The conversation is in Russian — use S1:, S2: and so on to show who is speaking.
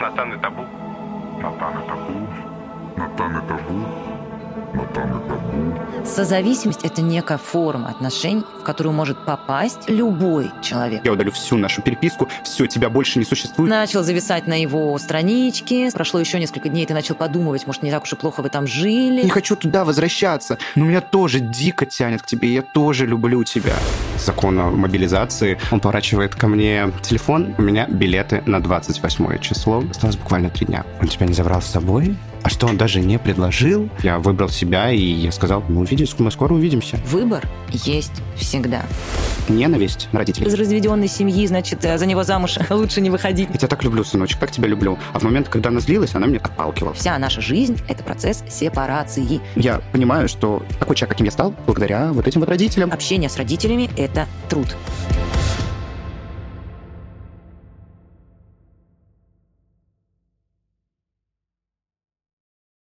S1: Натан и Табу.
S2: Натан и Табу. Натан и Табу. Натан и Табу.
S3: Созависимость – это некая форма отношений, в которую может попасть любой человек.
S4: Я удалю всю нашу переписку, все, тебя больше не существует.
S3: Начал зависать на его страничке, прошло еще несколько дней, ты начал подумывать, может, не так уж и плохо вы там жили.
S4: Не хочу туда возвращаться, но меня тоже дико тянет к тебе, я тоже люблю тебя. Закон о мобилизации, он поворачивает ко мне телефон, у меня билеты на 28 число, осталось буквально три дня. Он тебя не забрал с собой? А что он даже не предложил? Я выбрал себя, и я сказал, мы увидимся, мы скоро увидимся.
S3: Выбор есть всегда.
S4: Ненависть родителей.
S3: Из разведенной семьи, значит, за него замуж лучше не выходить.
S4: Я тебя так люблю, сыночек, так тебя люблю. А в момент, когда она злилась, она меня отталкивала.
S3: Вся наша жизнь – это процесс сепарации.
S4: Я понимаю, что такой человек, каким я стал, благодаря вот этим вот родителям.
S3: Общение с родителями – это труд. Труд.